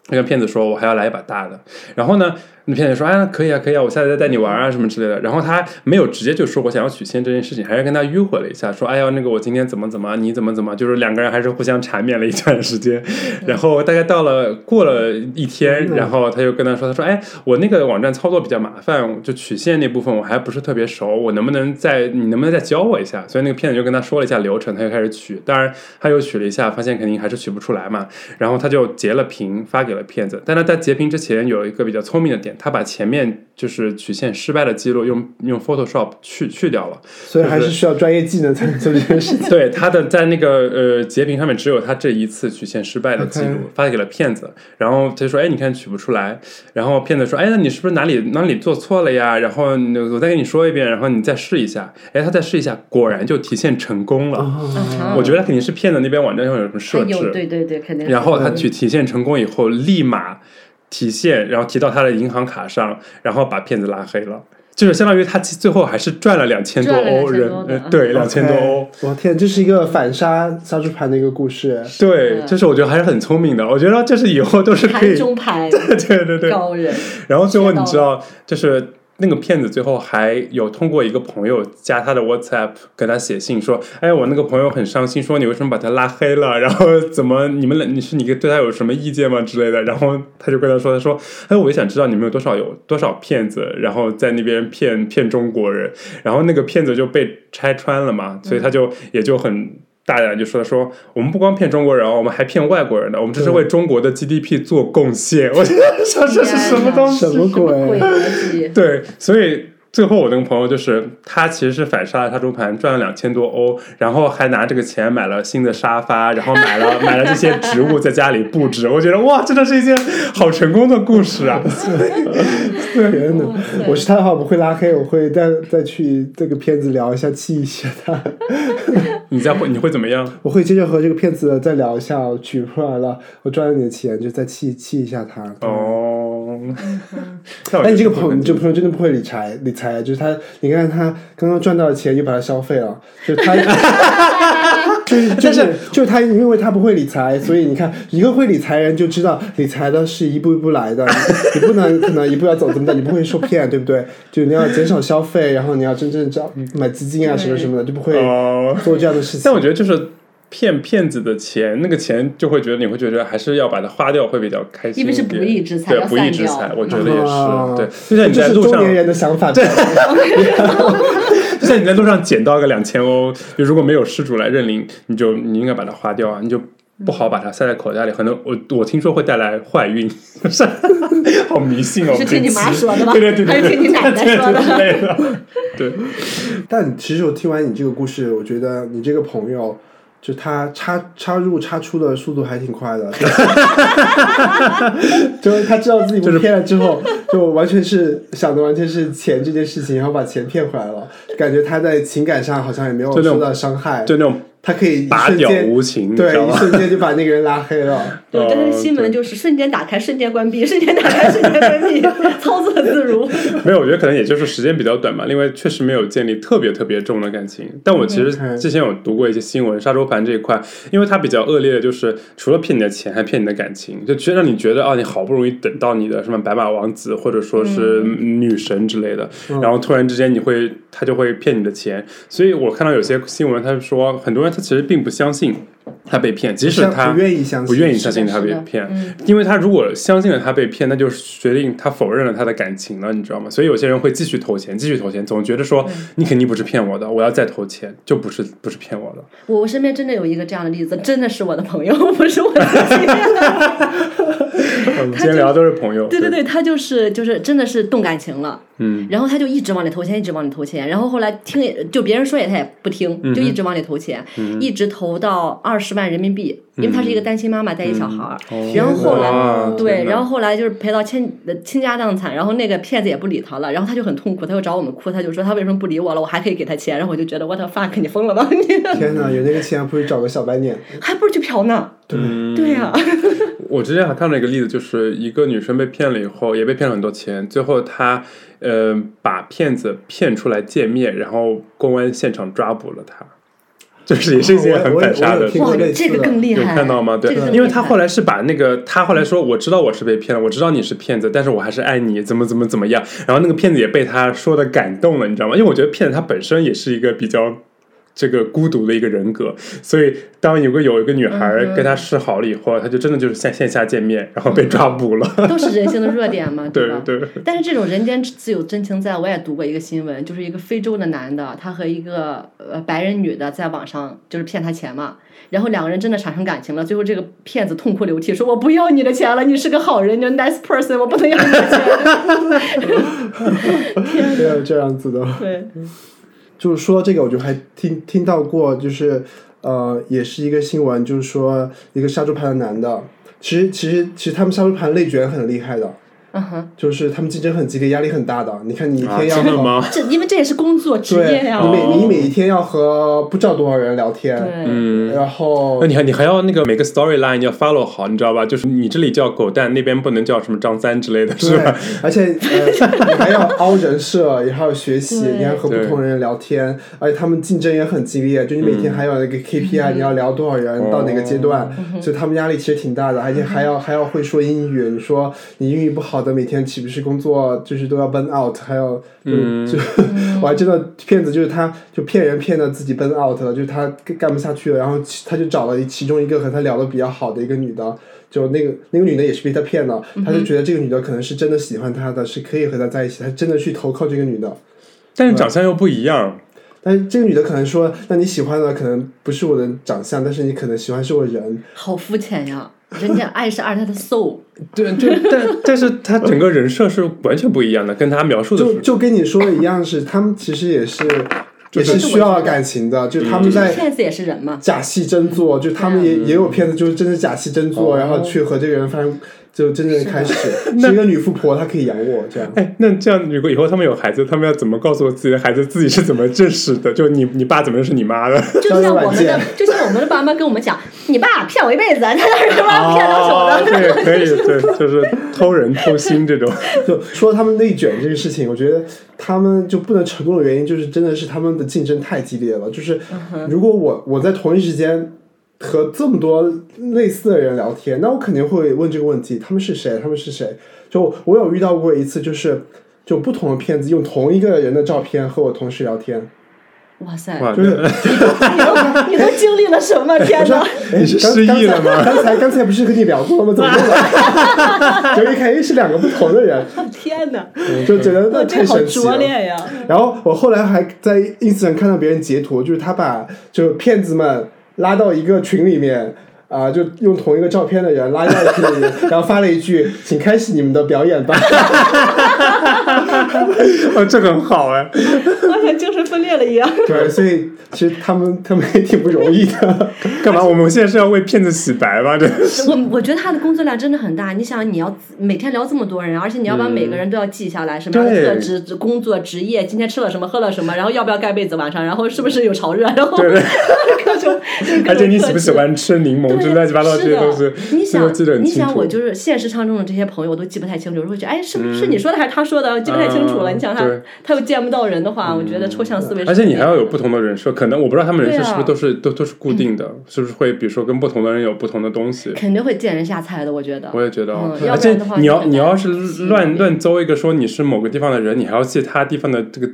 那个骗子说我还要来一把大的。然后呢，那骗子说：“啊，可以啊，可以啊，我下次再带你玩啊，什么之类的。”然后他没有直接就说我想要取现这件事情，还是跟他迂回了一下，说：“哎呀，那个我今天怎么怎么，你怎么怎么。”就是两个人还是互相缠绵了一段时间。然后大概到了过了一天，然后他就跟他说：“他说，哎，我那个网站操作比较麻烦，就取现那部分我还不是特别熟，我能不能再你能不能再教我一下？”所以那个骗子就跟他说了一下流程，他就开始取。当然，他又取了一下，发现肯定还是取不出来嘛。然后他就截了屏发给了骗子。但他在截屏之前有一个比较聪明的点，他把前面就是曲线失败的记录用用 Photoshop 去去掉了。所以还是需要专业技能才能做这件事情。对，他的在那个呃截屏上面只有他这一次曲线失败的记录 OK 发给了骗子，然后他就说：“哎，你看取不出来。”然后骗子说：“哎，那你是不是哪里哪里做错了呀？然后你我再跟你说一遍，然后你再试一下。”哎，他再试一下，果然就提现成功了。啊，我觉得肯定是骗子那边网站上有什么设哎置，呦对对对，肯定是。然后嗯他去提现成功以后，立马提现，然后提到他的银行卡上，然后把骗子拉黑了。就是相当于他其最后还是赚了两千多赚了欧2000人，多的呃嗯 对，两千多欧。 我天，这是一个反杀杀猪盘的一个故事。对，就是我觉得还是很聪明的。我觉得就是以后都是可盘以，中盘对对对。高人， 然后最后你知学到道，就是那个骗子最后还有通过一个朋友加他的 WhatsApp 给他写信说：“哎，我那个朋友很伤心，说你为什么把他拉黑了？然后怎么你们俩你是你对他有什么意见吗之类的？”然后他就跟他说：“他说，哎，我也想知道你们有多少有多少骗子，然后在那边骗骗中国人。”然后那个骗子就被拆穿了嘛，所以嗯他就也就很。大胆就说说，我们不光骗中国人哦，我们还骗外国人的，我们这是为中国的 GDP 做贡献。我就 在想这啊是什么东西？什么鬼鬼逻 辑？对，所以最后我那个朋友就是他其实是反杀了杀猪盘，赚了两千多欧，然后还拿这个钱买了新的沙发，然后买了 买了这些植物在家里布置。我觉得哇，真的是一件好成功的故事 啊！天哪哇塞！我是他的话不会拉黑，我会 再再去这个骗子聊一下，气一下他。 你在会你会怎么样？我会接着和这个骗子再聊一下，我取出来了，我赚了你的钱，就再气气一下他。哦，但我哎，觉你得这个不朋友，会你这个朋友真的不会理财，理财啊就是他，你看他刚刚赚到的钱又把它消费了，就是 他，就是就是就是他，因为他不会理财，所以你看一个会理财人就知道理财的是一步一步来的，你你不能可能一步要走这么大，你不会受骗，对不对？就你要减少消费，然后你要真正找买基金啊什么什么的，就不会哦，做这样的事情但。我觉得就是。骗骗子的钱，那个钱就会觉得你会觉得还是要把它花掉会比较开心一因为点，是不义之财对要不义散之掉财，我觉得也是，啊对，就像你这在是路中上年人的想法， 就像你在路上捡到个两千欧，就如果没有失主来认领，你就你应该把它花掉啊，你就不好把它塞在口袋里。可能我我听说会带来坏运， 是好迷信哦。是听你妈这期说的吧对对对，对还是听你奶奶对对说的对之类的。对，但其实我听完你这个故事，我觉得你这个朋友就它插插入插出的速度还挺快 的，就是他知道自己被骗了之后，就完全是想的完全是钱这件事情，然后把钱骗回来了，感觉他在情感上好像也没有就那种受到伤害，就那种他可以一拔瞬屌间无情，你知道对一吗？瞬间就把那个人拉黑了。对，但是哦新闻就是瞬间打开，瞬间关闭，瞬间打开，瞬间关 闭，操作自如。没有，我觉得可能也就是时间比较短嘛。另外，确实没有建立特别特别重的感情。但我其实嗯 OK 之前有读过一些新闻，沙洲盘这一块，因为它比较恶劣的就是除了骗你的钱，还骗你的感情，就觉得让你觉得啊，你好不容易等到你的什么白马王子或者说是嗯女神之类的，然后突然之间你会他就会骗你的钱。所以我看到有些新闻，他说很多人他其实并不相信他被骗， 即使像他不愿意相信不愿意相信他被是的嗯骗，因为他如果相信了他被骗，那就是决定他否认了他的感情了，你知道吗？所以有些人会继续投钱，继续投钱，总觉得说嗯你肯定不是骗我的，我要再投钱，就不是不是骗我的。我我身边真的有一个这样的例子，真的是我的朋友，不是我自 己。我们今天聊的都是朋友，对对，对，他就是就是真的是动感情了，嗯，然后他就一直往里投钱，一直往里投钱，然后后来听也就别人说也他也不听，嗯就一直往里投钱，一直投到二十万人民币，因为他是嗯一个单亲妈妈带一小孩儿，然后后来哦哇对，天哪然后后来就是赔到倾倾家荡产，然后那个骗子也不理他了，然后他就很痛苦，他就找我们哭，他就说他为什么不理我了，我还可以给他钱，然后我就觉得 what the fuck，你 疯了吧，你天哪，有那个钱还不如找个小白脸？还不如去嫖呢，对，对啊呀、嗯我之前还看到一个例子，就是一个女生被骗了以后，也被骗了很多钱，最后她呃把骗子骗出来见面，然后公安现场抓捕了她，就是也是一件很哦我也反杀我也的听事过哇情。类，似这个的更厉有害，看到吗？对这个更，因为厉他害后来是把那个，他后来说，我知道我是被骗了，我知道你是骗子，但是我还是爱你，怎么怎么怎么样。然后那个骗子也被他说的感动了，你知道吗？因为我觉得骗子他本身也是一个比较。这个孤独的一个人格，所以当有个有一个女孩嗯跟他示好了以后，他就真的就是线线下见面，然后被抓捕 了。都是人性的弱 点嘛，对嗯吧？对，但是这种人间自有真情在，我也读过一个新闻，就是一个非洲的男的，他和一个呃白人女的在网上就是骗他钱嘛，然后两个人真的产生感情了，最后这个骗子痛哭流涕，说我不要你的钱了，你是个好人，你是 nice person，我不能要你的钱。对啊，这样子的。对，就是说到这个，我就还听听到过，就是呃，也是一个新闻，就是说一个杀猪盘的男的，其实其实其实他们杀猪盘内卷很厉害的，嗯哼，就是他们竞争很激烈，压力很大的。你看你一天要啊真和、的吗？这因为这也是工作职对，业呀、你每哦你每一天要和不知道多少人聊天，对。嗯，然后那你还你还要那个每个 storyline 要 follow 好，你知道吧？就是你这里叫狗蛋，那边不能叫什么张三之类的， 是对吧？，而且呃，你还要凹人设，也还要学习，对你还要和不同人聊天，而且他们竞争也很激烈，就你每天还有一个 KPI，、你要聊多少人，到哪个阶段，所以他们压力其实挺大的，而且还要还要会说英语。你说你英语不好的，每天岂不是工作就是都要 burn out？还有就、就 我还知道骗子就是他就骗人骗到自己 burn out 了，就是他干不下去了，然后其他就找了其中一个和他聊的比较好的一个女的，就那个那个女的也是被他骗了，他就觉得这个女的可能是真的喜欢他的，是可以和他在一起，他真的去投靠这个女的。但是长相又不一样，但是这个女的可能说，那你喜欢的可能不是我的长相，但是你可能喜欢是我人。好肤浅呀！人家爱是爱他的 soul，对， 就但但是他整个人设是完全不一样的，跟他描述的就是就跟你说的一样是，他们其实也是也是需要感情的，就嗯他们在骗子也是 人嘛。假戏真做，就他们也也有骗子，就是真的假戏真做，然后去和这个人发生就真正的 开始。是一个女富婆，她可以养我这样。哎，那这样如果以后他们有孩子，他们要怎么告诉自己的孩子自己是怎么认识的？就你你爸怎么认识你妈的？就像我们的，就像我们的爸妈跟我们讲，你爸骗我一辈子，他当然把我骗到手哦了。对，可以，对，就是偷人偷心这种。 就说他们内卷这个事情，我觉得他们就不能成功的原因，就是真的是他们的竞争太激烈了。就是嗯如果我我在同一时间和这么多类似的人聊天，那我肯定会问这个问题：他们是谁？他们是谁？就我有遇到过一次，就是就不同的骗子用同一个人的照片和我同时聊天，哇塞， 哇，就是你都你都经历了什 么？天哪！你是失忆了吗？刚才刚才刚才不是和你聊过了吗？怎么又来？ 就一看，哎，是两个不同的人，天 哪！嗯就觉得那我太这好神奇拙了。劣呀！然后我后来还在 ins 上看到别人截图，就是他把就是骗子们拉到一个群里面。啊、就用同一个照片的人拉到群里面，然后发了一句：“请开始你们的表演吧。”哦，这个很好哎，好像精神分裂了一样。 对，所以其实他们他们也挺不容易的。干嘛？我们现在是要为骗子洗白吗？ 这我我觉得他的工作量真的很大。你想，你要每天聊这么多人，而且你要把每个人都要记下来，什么样的对特质、职工作、职业，今天吃了什么，喝了什么，然后要不要盖被子，晚上，然后是不是有潮热，然后对对， 各种，就是各种而且你喜不特喜质欢吃柠檬，这对，乱七八糟这是些的东西，你这都想记得，很你清想，楚我就是现实当中的这些朋友，我都记不太清楚。如果觉得，哎，是不是你说的还是他说的，记不太清楚了。嗯你想他对，他又见不到人的话，我觉得抽象思维是很难的。而且你还要有不同的人设，可能我不知道他们人设对啊是嗯不是都是、都都是固定的，是不是会比如说跟不同的人有不同的东西。肯定会见人下菜的，我觉得。我也觉得啊哦，嗯要而不然且的话你要就很你难要是吸乱引乱诌一个说你是某个地方的人，你还要记他地方的这个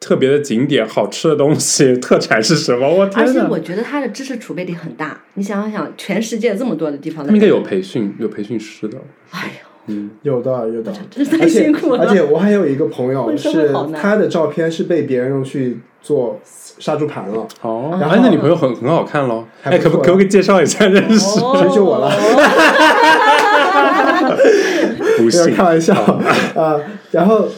特别的景点、好吃的东西、 特产是什么。我而天且哪！我觉得他的知识储备力很大，你想想，全世界这么多的地方他，们应该有培训，有培训师的。哎有的，有的，真是太而且 辛苦了而且我还有一个朋 友为什么是好，难他的照片是被别人用去做杀猪盘了，哦，然哎，那后你朋友很很好看喽。还哎，不可不错啊可不可以介绍一下认哦识？谁救我了？ 不没有信开，玩笑哦 啊、然后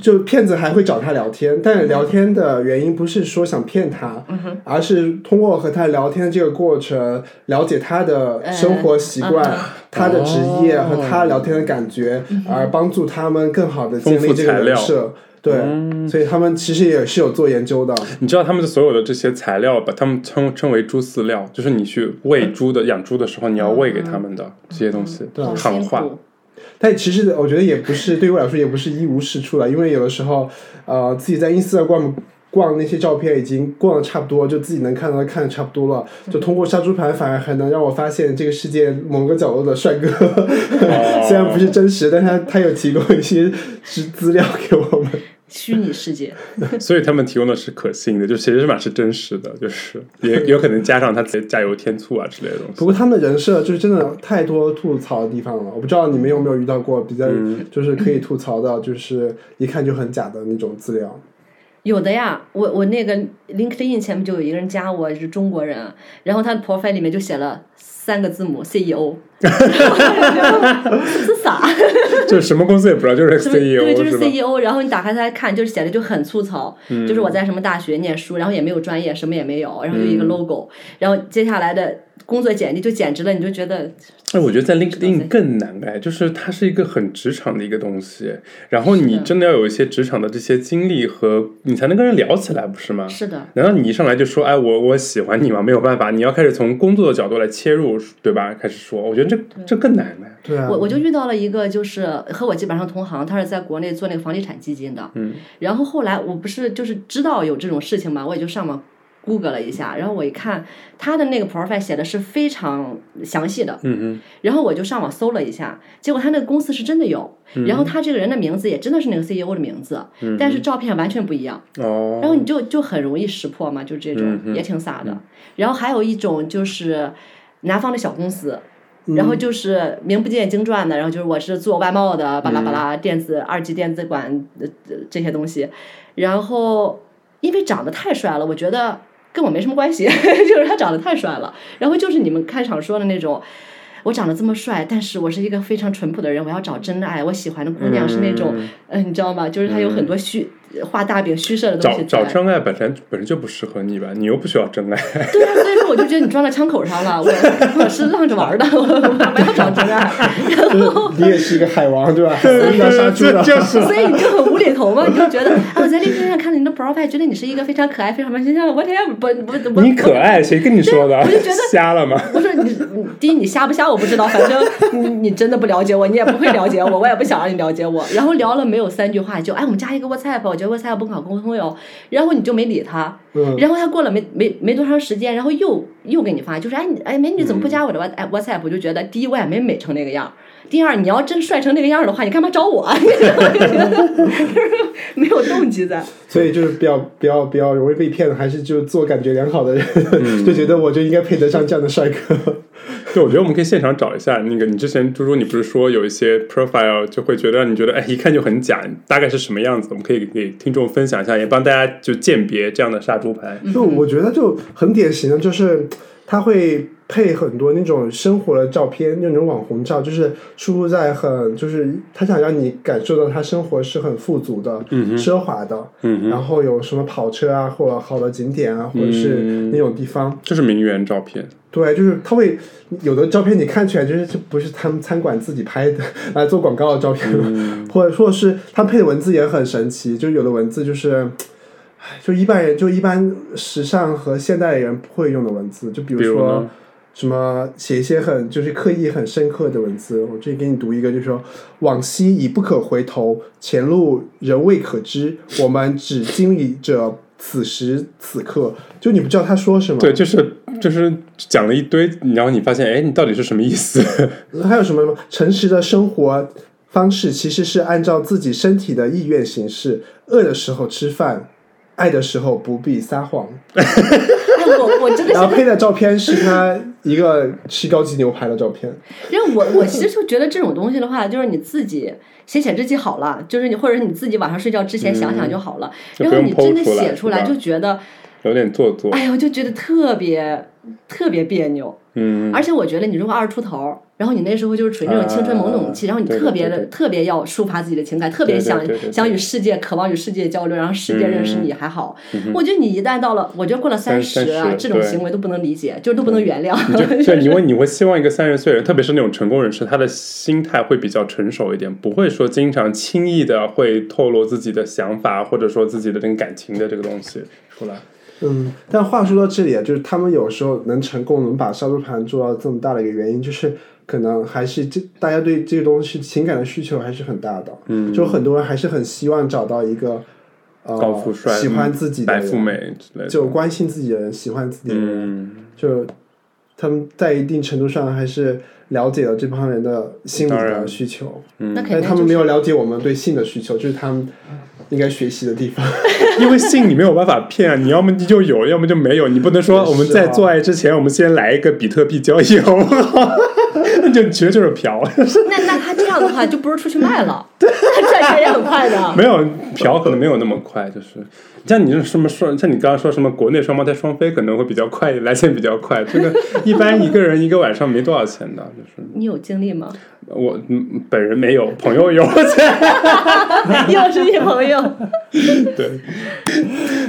就骗子还会找他聊天，但聊天的原因不是说想骗他，而是通过和他聊天的这个过程，了解他的生活习惯、他的职业和他聊天的感觉，而帮助他们更好的建丰立富这个材料嗯人设。对，所以他们其实也是有做研究的。你知道他们的所有的这些材料，把他们称称为猪饲料，就是你去喂猪的、养猪的时候，你要喂给他们的这些东嗯西，嗯啊好糖辛化。苦。但其实我觉得也不是，对于我来说也不是一无是处了，因为有的时候，呃，自己在 Instagram 逛那些照片已经逛的差不多，就自己能看到的看的差不多了，就通过杀猪盘反而还能让我发现这个世界某个角落的帅哥， 虽然不是真实，但他他有提供一些资资料给我们。虚拟世界， 所以他们提供的是可信的，就其实码是真实的，就是也有可能加上他自己加油添醋啊之类的东西。不过他们的人设就是真的太多吐槽的地方了，我不知道你们有没有遇到过比较就是可以吐槽的，就是一看就很假的那种资料。有的呀，我我那个 LinkedIn 前面就有一个人加我是中国人，啊然后他的 profile 里面就写了三个字母 CEO，是啥？就是什么公司也不知道，E 就是是不是 CEO 对，就是 E 是吧？嗯 CEO，然后你打开它看，就是写的就很粗糙， 就是我在什么大学念书，然后也没有专业，什么也没有，然后就一嗯个 logo，、然后接下来的工作简历就简直了，你就觉得哎，我觉得在 LinkedIn 更难哎，就是它是一个很职场的一个东西，然后你真的要有一些职场的这些经历和你才能跟人聊起来，不是吗？是的，难道你一上来就说，哎，我我喜欢你吗？没有办法，你要开始从工作的角度来切入，对吧？开始说，我觉得这这更难哎呢。对啊，我我就遇到了一个就是和我基本上同行，他是在国内做那个房地产基金的，嗯，然后后来我不是就是知道有这种事情嘛，我也就上网 Google 了一下，然后我一看他的那个 profile 写的是非常详细的，嗯然后我就上网搜了一下，结果他那个公司是真的有，然后他这个人的名字也真的是那个 CEO 的名字，但是照片完全不一样，哼，哦，然后你就就很容易识破嘛，就这种、也挺傻的。然后还有一种就是南方的小公司。然后就是名不见经传的，然后就是我是做外贸的，巴拉巴拉，电子二级电子管呃呃这些东西，然后因为长得太帅了，我觉得跟我没什么关系， 就是他长得太帅了。然后就是你们开场说的那种，我长得这么帅，但是我是一个非常淳朴的人，我要找真爱，我喜欢的姑娘是那种，嗯、你知道吗？就是他有很多虚、画大饼虚设的东找西找在真爱本身本身就不适合你吧，你又不需要真爱。对啊，所以说我就觉得你撞到枪口上了，我我是浪着玩儿的，我我没有找真爱。就是 你也是一个海王对吧？海王遇到杀猪这的。 就是所以你就很无厘头嘛，你就觉得啊，我在链接上看了你的 profile，觉得你是一个非常可爱、非常形象的 whatever，不不不，你可 爱，谁跟你说的？我就觉得 瞎了吗？不是你，你第一你瞎不瞎我不知道，反正你你真的不了解我，你也不会了解我，我也不想让你了解我。然后聊了没有三句话，就哎我们加一个 WhatsApp，我觉得 WhatsApp 不好沟通哟。然后你就没理他，嗯然后他过了没没没多长时间，然后又又给你发，就是哎你哎美女怎么不加我的 Wha- WhatsApp？我就觉得第一我也没美成那个样儿。第二，你要真帅成那个样儿的话，你干嘛找我？你知道吗 就觉得就是没有动机在。哎所以就是比较比较比较容易被骗的，还是就自我感觉良好的人，嗯就觉得我就应该配得上这样的帅 哥。对，我觉得我们可以现场找一下那个，你之前猪猪，你不是说有一些 profile 就会觉得让你觉得哎，一看就很假，大概是什么样子？我们可以给听众分享一下，也帮大家就鉴别这样的杀猪盘。就我觉得就很典型的，就是它会配很多那种生活的照片，那种网红照，就是出入在很，就是他想让你感受到他生活是很富足的、奢华的，嗯哼，然后有什么跑车啊，或者好的景点啊，或者是嗯那种地方，就是名媛照片，对，就是他会有的照片你看起来就是这不是他们餐馆自己拍的 来做广告的照片，嗯 或者说是他配的文字也很神奇，就是有的文字就是。唉就一般人，就一般时尚和现代人不会用的文字，就比如比如说，呢什么写一些很就是刻意很深刻的文字。我这里给你读一个，就是说往昔已不可回头，前路仍未可知，我们只经历着此时此刻。就你不知道他说什么，对，就是就是讲了一堆，然后你发现，哎，你到底是什么意思？ 还有什么诚实的生活方式其实是按照自己身体的意愿行事，饿的时候吃饭。爱的时候不必撒谎，哎，我我真的然后是，配的照片是他一个吃高级牛排的照片，因为我我其实就觉得这种东西的话，就是你自己写写日记好了，就是你或者你自己晚上睡觉之前想想就好了，嗯就然不后用你真的 po 出来写出来是吧就觉得，有点做作，哎呀，我就觉得特别特别别扭。嗯，而且我觉得你如果二十出头，然后你那时候就是处于那种青春懵懂期，啊然后你对特别的对对对特别要抒发自己的情感，特别想对对对对嗯想与世界渴望与世界交流，然后世界认识你还好。我觉得你一旦到了，我觉得过了三十啊30，这种对嗯行为都不能理解，就都不能原谅。你 就对，你会你会希望一个三十岁人，特别是那种成功人士，他的心态会比较成熟一点，不会说经常轻易的会透露自己的想法，或者说自己的这个感情的这个东西出来。嗯，但话说到这里啊，就是他们有时候能成功能把杀猪盘做到这么大的一个原因，就是可能还是这大家对这个东西情感的需求还是很大的，嗯，就很多人还是很希望找到一个呃高富帅、嗯喜欢自己的白人富美之类的，就关心自己的人，喜欢自己的人，嗯，就他们在一定程度上还是了解了这帮人的心理当的然需求，嗯那但是肯他们定就没是有了解我们对性的需求，就是他们应该学习的地方。因为性你没有办法骗啊，你要么就有，要么就没有，你不能也说是我们在啊做爱之前，我们先来一个比特币交 易，好不好？ 那就其实就是嫖，那那他这样的话，就不是出去卖了，他赚钱也很快的。 没有嫖可能没有那么快，就是像你这什么双，像你刚刚说什么国内双胞胎双飞可能会比较快，来钱比较快，这个 一般一个人一个晚上没多少钱的，就是你有经历吗？我嗯本人没有，朋友有， 又是一朋友， 对，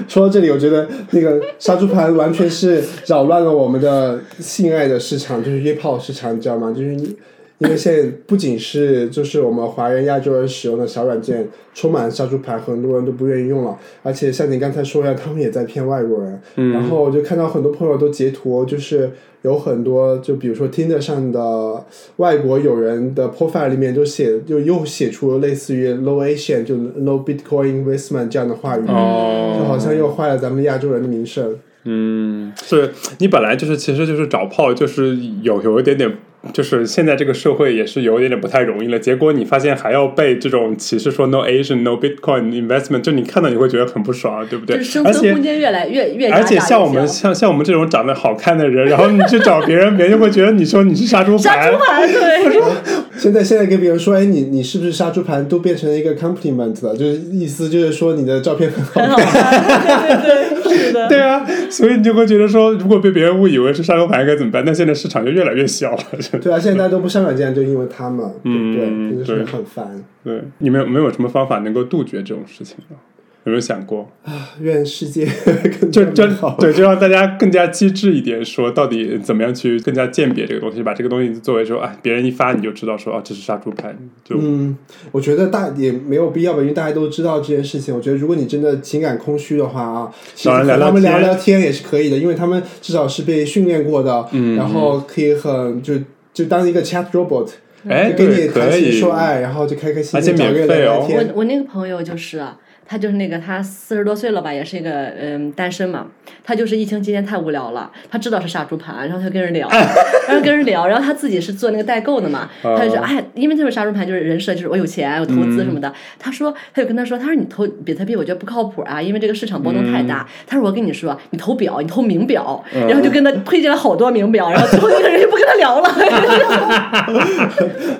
说到这里，我觉得那个杀猪盘完全是扰乱了我们的性爱的市场，就是约炮市场，你知道吗？就是你因为现在不仅是就是我们华人、亚洲人使用的小软件充满杀猪盘，很多人都不愿意用了。而且像你刚才说的，他们也在骗外国人。然后我就看到很多朋友都截图，就是有很多就比如说 Tinder 上的外国友人的 profile 里面就写就又写出了类似于 low Asian 就 low Bitcoin investment 这样的话语。就好哦，像又坏了咱们亚洲人的名声。嗯，是你本来就是其实就是找炮，就是有有一点点。就是现在这个社会也是有一点点不太容易了，结果你发现还要被这种歧视说 no Asian no Bitcoin investment，就你看到你会觉得很不爽，啊对不对？就是生而存且空间越来越越加而大且越像我们小像像我们这种长得好看的人，然后你去找别人，别人就会觉得你说你是杀猪杀盘猪。盘对，现在现在跟别人说，哎，你你是不是杀猪盘，都变成了一个 compliment 了，就是意思就是说你的照片很好很看。好玩。对对对，是的。 对啊，所以你就会觉得说，如果被别人误以为是杀猪盘该怎么办？那现在市场就越来越小了。真的对啊，现在大家都不上软件，就因为他们，对不对？嗯真的是对很烦。对，你们有没有什么方法能够杜绝这种事情呢？有没有想过？愿世界 更就加就美好。对，就让大家更加机智一点，说到底怎么样去更加鉴别这个东西，把这个东西作为说，哎，别人一发你就知道说，哦，这是杀猪盘，就嗯，我觉得大也没有必要吧，因为大家都知道这件事情。我觉得如果你真的情感空虚的话啊，其实找人聊和聊他们聊天聊天也是可以的，因为他们至少是被训练过的，嗯然后可以很就就当一个 chat robot，哎，就跟你对，谈可情以，说爱，然后就开开心而且心找个人免聊聊费哦 天。我我那个朋友就是啊，他就是那个他四十多岁了吧，也是一个嗯单身嘛。他就是疫情期间太无聊了，他知道是杀猪盘，然后他就跟人聊，然后跟人聊，然后他自己是做那个代购的嘛，他就说哦哎，因为他是杀猪盘，就是人设就是我有钱，我投资什么的。他说他就跟他说，他说你投比特币我觉得不靠谱啊，因为这个市场波动太大。他说我跟你说，你投表，你投名表，然后就跟他推荐了好多名表，然后最后那个人就不跟他聊了。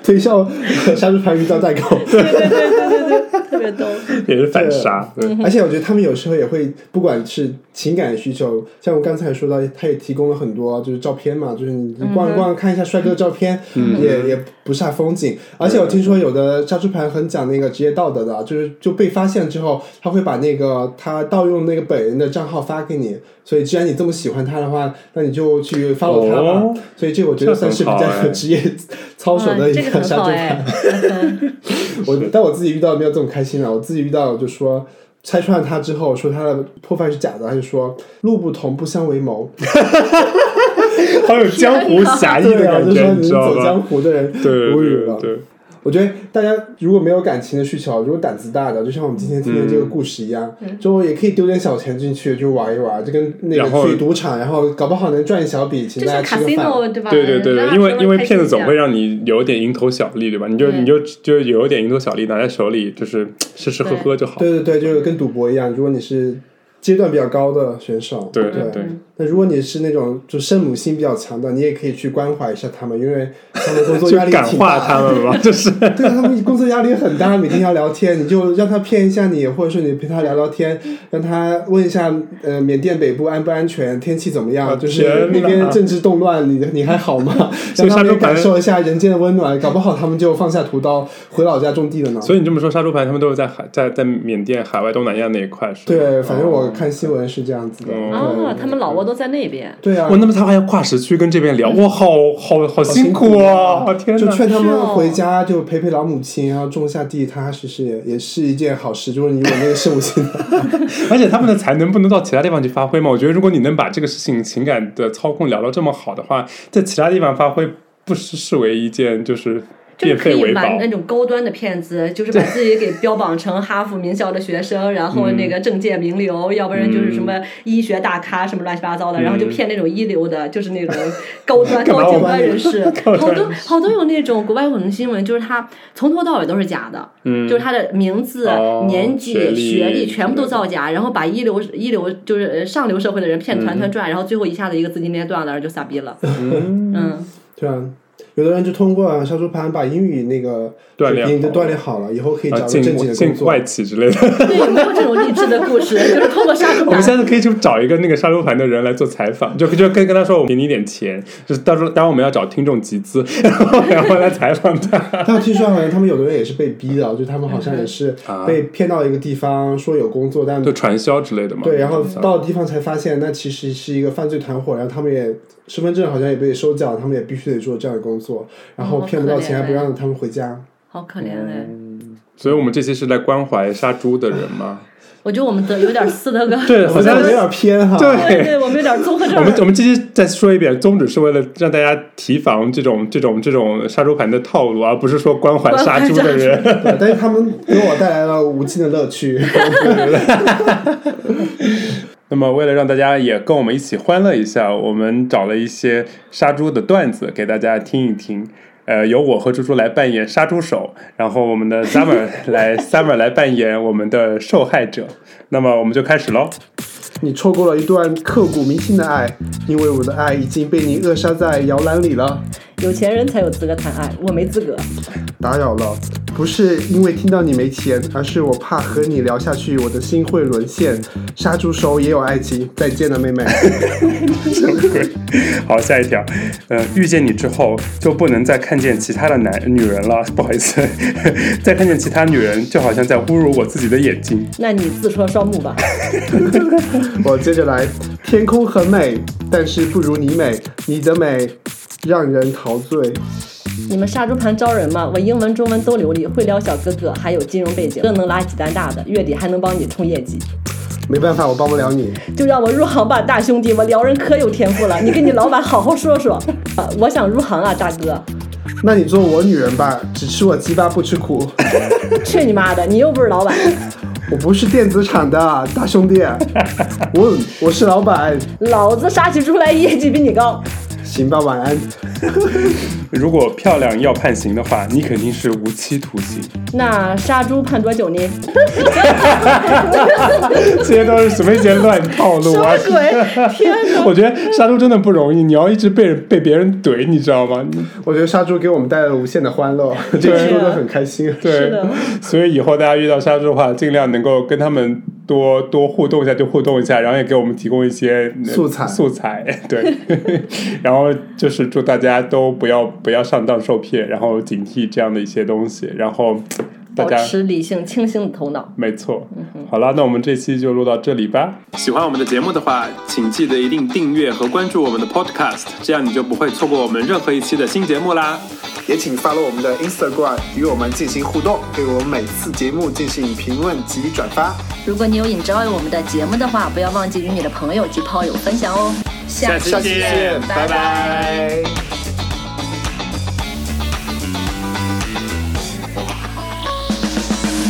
推销杀猪盘遇到代购，对对对对对对，特别逗。也是 反杀。嗯对，而且我觉得他们有时候也会，不管是情感需求，像我刚才说到，他也提供了很多就是照片嘛，就是你嗯逛逛看一下帅哥的照片，嗯也也不差风景。而且我听说有的杀猪盘很讲那个职业道德的，啊就是就被发现之后，他会把那个他盗用那个本人的账号发给你。所以既然你这么喜欢他的话，那你就去 follow 他吧。哦所以这我觉得算是比这很好较哎职业操守的哇一这个个很杀猪好盘。哎，嗯 我但我自己遇到没有这么开心了，我自己遇到就说拆穿了他之后，说他的破饭是假的，他就说路不同不相为谋，好有江湖侠义的对啊，感就觉，说你你知道走江吧？湖的人对无语对了对。对，我觉得大家如果没有感情的需求，如果胆子大的，就像我们今天听的嗯这个故事一样，嗯就也可以丢点小钱进去就玩一玩，就跟那然后个去赌场，然后搞不好能赚一小笔，请就大像家吃个饭。 casino 对吧？对对对让对，他因为稍微因为开心骗子一总点会让你有点蝇头小利，对吧？你就对你就就有点蝇头小利，拿在手里就是吃吃喝喝就好。对对对，就是跟赌博一样，如果你是阶段比较高的选手，对对对那如果你是那种就圣母心比较强的，你也可以去关怀一下他们，因为他们工作就压力感挺化大。他们嘛，就是 对他们工作压力很大，每天要聊天，你就让他骗一下你，或者说你陪他聊聊天，让他问一下，呃，缅甸北部安不安全，天气怎么样，啊就是那天哪边政治动乱，你你还好 吗？让所以他杀猪们盘感受一下人间的温暖，搞不好他们就放下屠刀回老家种地了呢。所以你这么说，杀猪盘他们都是在海在在缅甸海外东南亚那一块，是吗？对，反正我看新闻是这样子的。哦对啊，他们老挝都在那边。对啊哇，，那么他还要跨时区跟这边聊，哇，好好好辛苦啊！天就哪！劝他是们哦回家，就陪陪老母亲，然后种下地，踏踏实实也也是一件好事。就是你有那个圣母心的，而且他们的才能不能到其他地方去发挥嘛？我觉得如果你能把这个事情情感的操控聊到这么好的话，在其他地方发挥不失视为一件就是就是变可废以为宝。玩那种高端的骗子，就是把自己给标榜成哈佛名校的学生，然后嗯那个政界名流，要不然就是什么医学大咖，什么乱七八糟的，嗯然后就骗那种一流的，就是那种 高端干嘛高我精端人士。高好端多好多有那种国外有那种新闻，就是他从头到尾都是假的，嗯就是他的名字、哦年纪、学学历全部都造假，然后把一流一流就是呃上流社会的人骗嗯团团转，然后最后一下子一个资金链断了，然后就傻 逼了。嗯，对啊。有的人就通过杀猪盘把英语那个锻水炼平就好锻炼好了，以后可以啊，找个进正经的工进作外。企之类的，对，有没有这种励志的故事？就是通过杀猪我盘们。现在可以去找一个那个杀猪盘的人来做采访，就就跟跟他说，我给你一点钱，就是到时候当然我们要找听众集资，然后然后来采访他。但我听说好像他们有的人也是被逼的，就他们好像也是啊被骗到一个地方，说有工作，但就传销之类的嘛。对，然后到地方才发现那其实是一个犯罪团伙，然后他们也身份证好像也被收缴，他们也必须得做这样的工作，然后哦好骗不到可怜钱还不哎让他们回家。好可怜嗯哎！所以我们这期是来关怀杀猪的人嘛？我觉得我们得有点撕的个，对，我好们像有点偏哈。对 对对，我们有点综合症我们儿。我们这期再说一遍，宗旨是为了让大家提防这种这种这种杀猪盘的套路，而不是说关怀杀猪的人。对但是他们给我带来了无尽的乐趣。 那么，为了让大家也跟我们一起欢乐一下，我们找了一些杀猪的段子给大家听一听。呃，由我和猪猪来扮演杀猪手，然后我们的 Summer 来 Summer 来扮演我们的受害者。那么我们就开始喽。你错过了一段刻骨铭心的爱，因为我的爱已经被你扼杀在摇篮里了。有钱人才有资格谈爱，我没资格。打扰了，不是因为听到你没钱，而是我怕和你聊下去，我的心会沦陷。杀猪手也有爱情，再见了，妹妹。 好，下一条，呃，遇见你之后就不能再看见其他的男女人了，不好意思， 再看见其他女人就好像在侮辱我自己的眼睛。那你自戳双目吧。我接着来，天空很美，但是不如你美，你的美让人陶醉。你们杀猪盘招人吗？我英文、中文都流利，会撩小哥哥，还有金融背景，更能拉几单大的，月底还能帮你冲业绩。没办法，我帮不了你。就让我入行吧，大兄弟，我撩人可有天赋了，你跟你老板好好说说。啊，我想入行啊，大哥。那你做我女人吧，只吃我鸡巴不吃苦。去你妈的，你又不是老板。我不是电子厂的大兄弟，我我是老板。老子杀起猪来业绩比你高。行吧，晚安。如果漂亮要判刑的话，你肯定是无期徒刑。那杀猪判多久呢？这些都是什么一些乱套路啊！什么鬼天我觉得杀猪真的不容易，你要一直被人被别人怼，你知道吗？你我觉得杀猪给我们带来了无限的欢 乐，这一对周都很开心。对是的，所以以后大家遇到杀猪的话，尽量能够跟他们多多互动一下，就互动一下，然后也给我们提供一些呃素材素材。对， 然后就是祝大家都不要不要上当受骗，然后警惕这样的一些东西，然后大保家。持理性清醒的头脑。没错，好啦，那我们这期就录到这里吧。喜欢我们的节目的话，请记得一定订阅和关注我们的 Podcast，这样你就不会错过我们任何一期的新节目啦。也请 follow 我们的 Instagram 与我们进行互动，对我们每次节目进行评论及转发。如果你有 enjoy 我们的节目的话，不要忘记与你的朋友及炮友分享哦。下期下期见，拜拜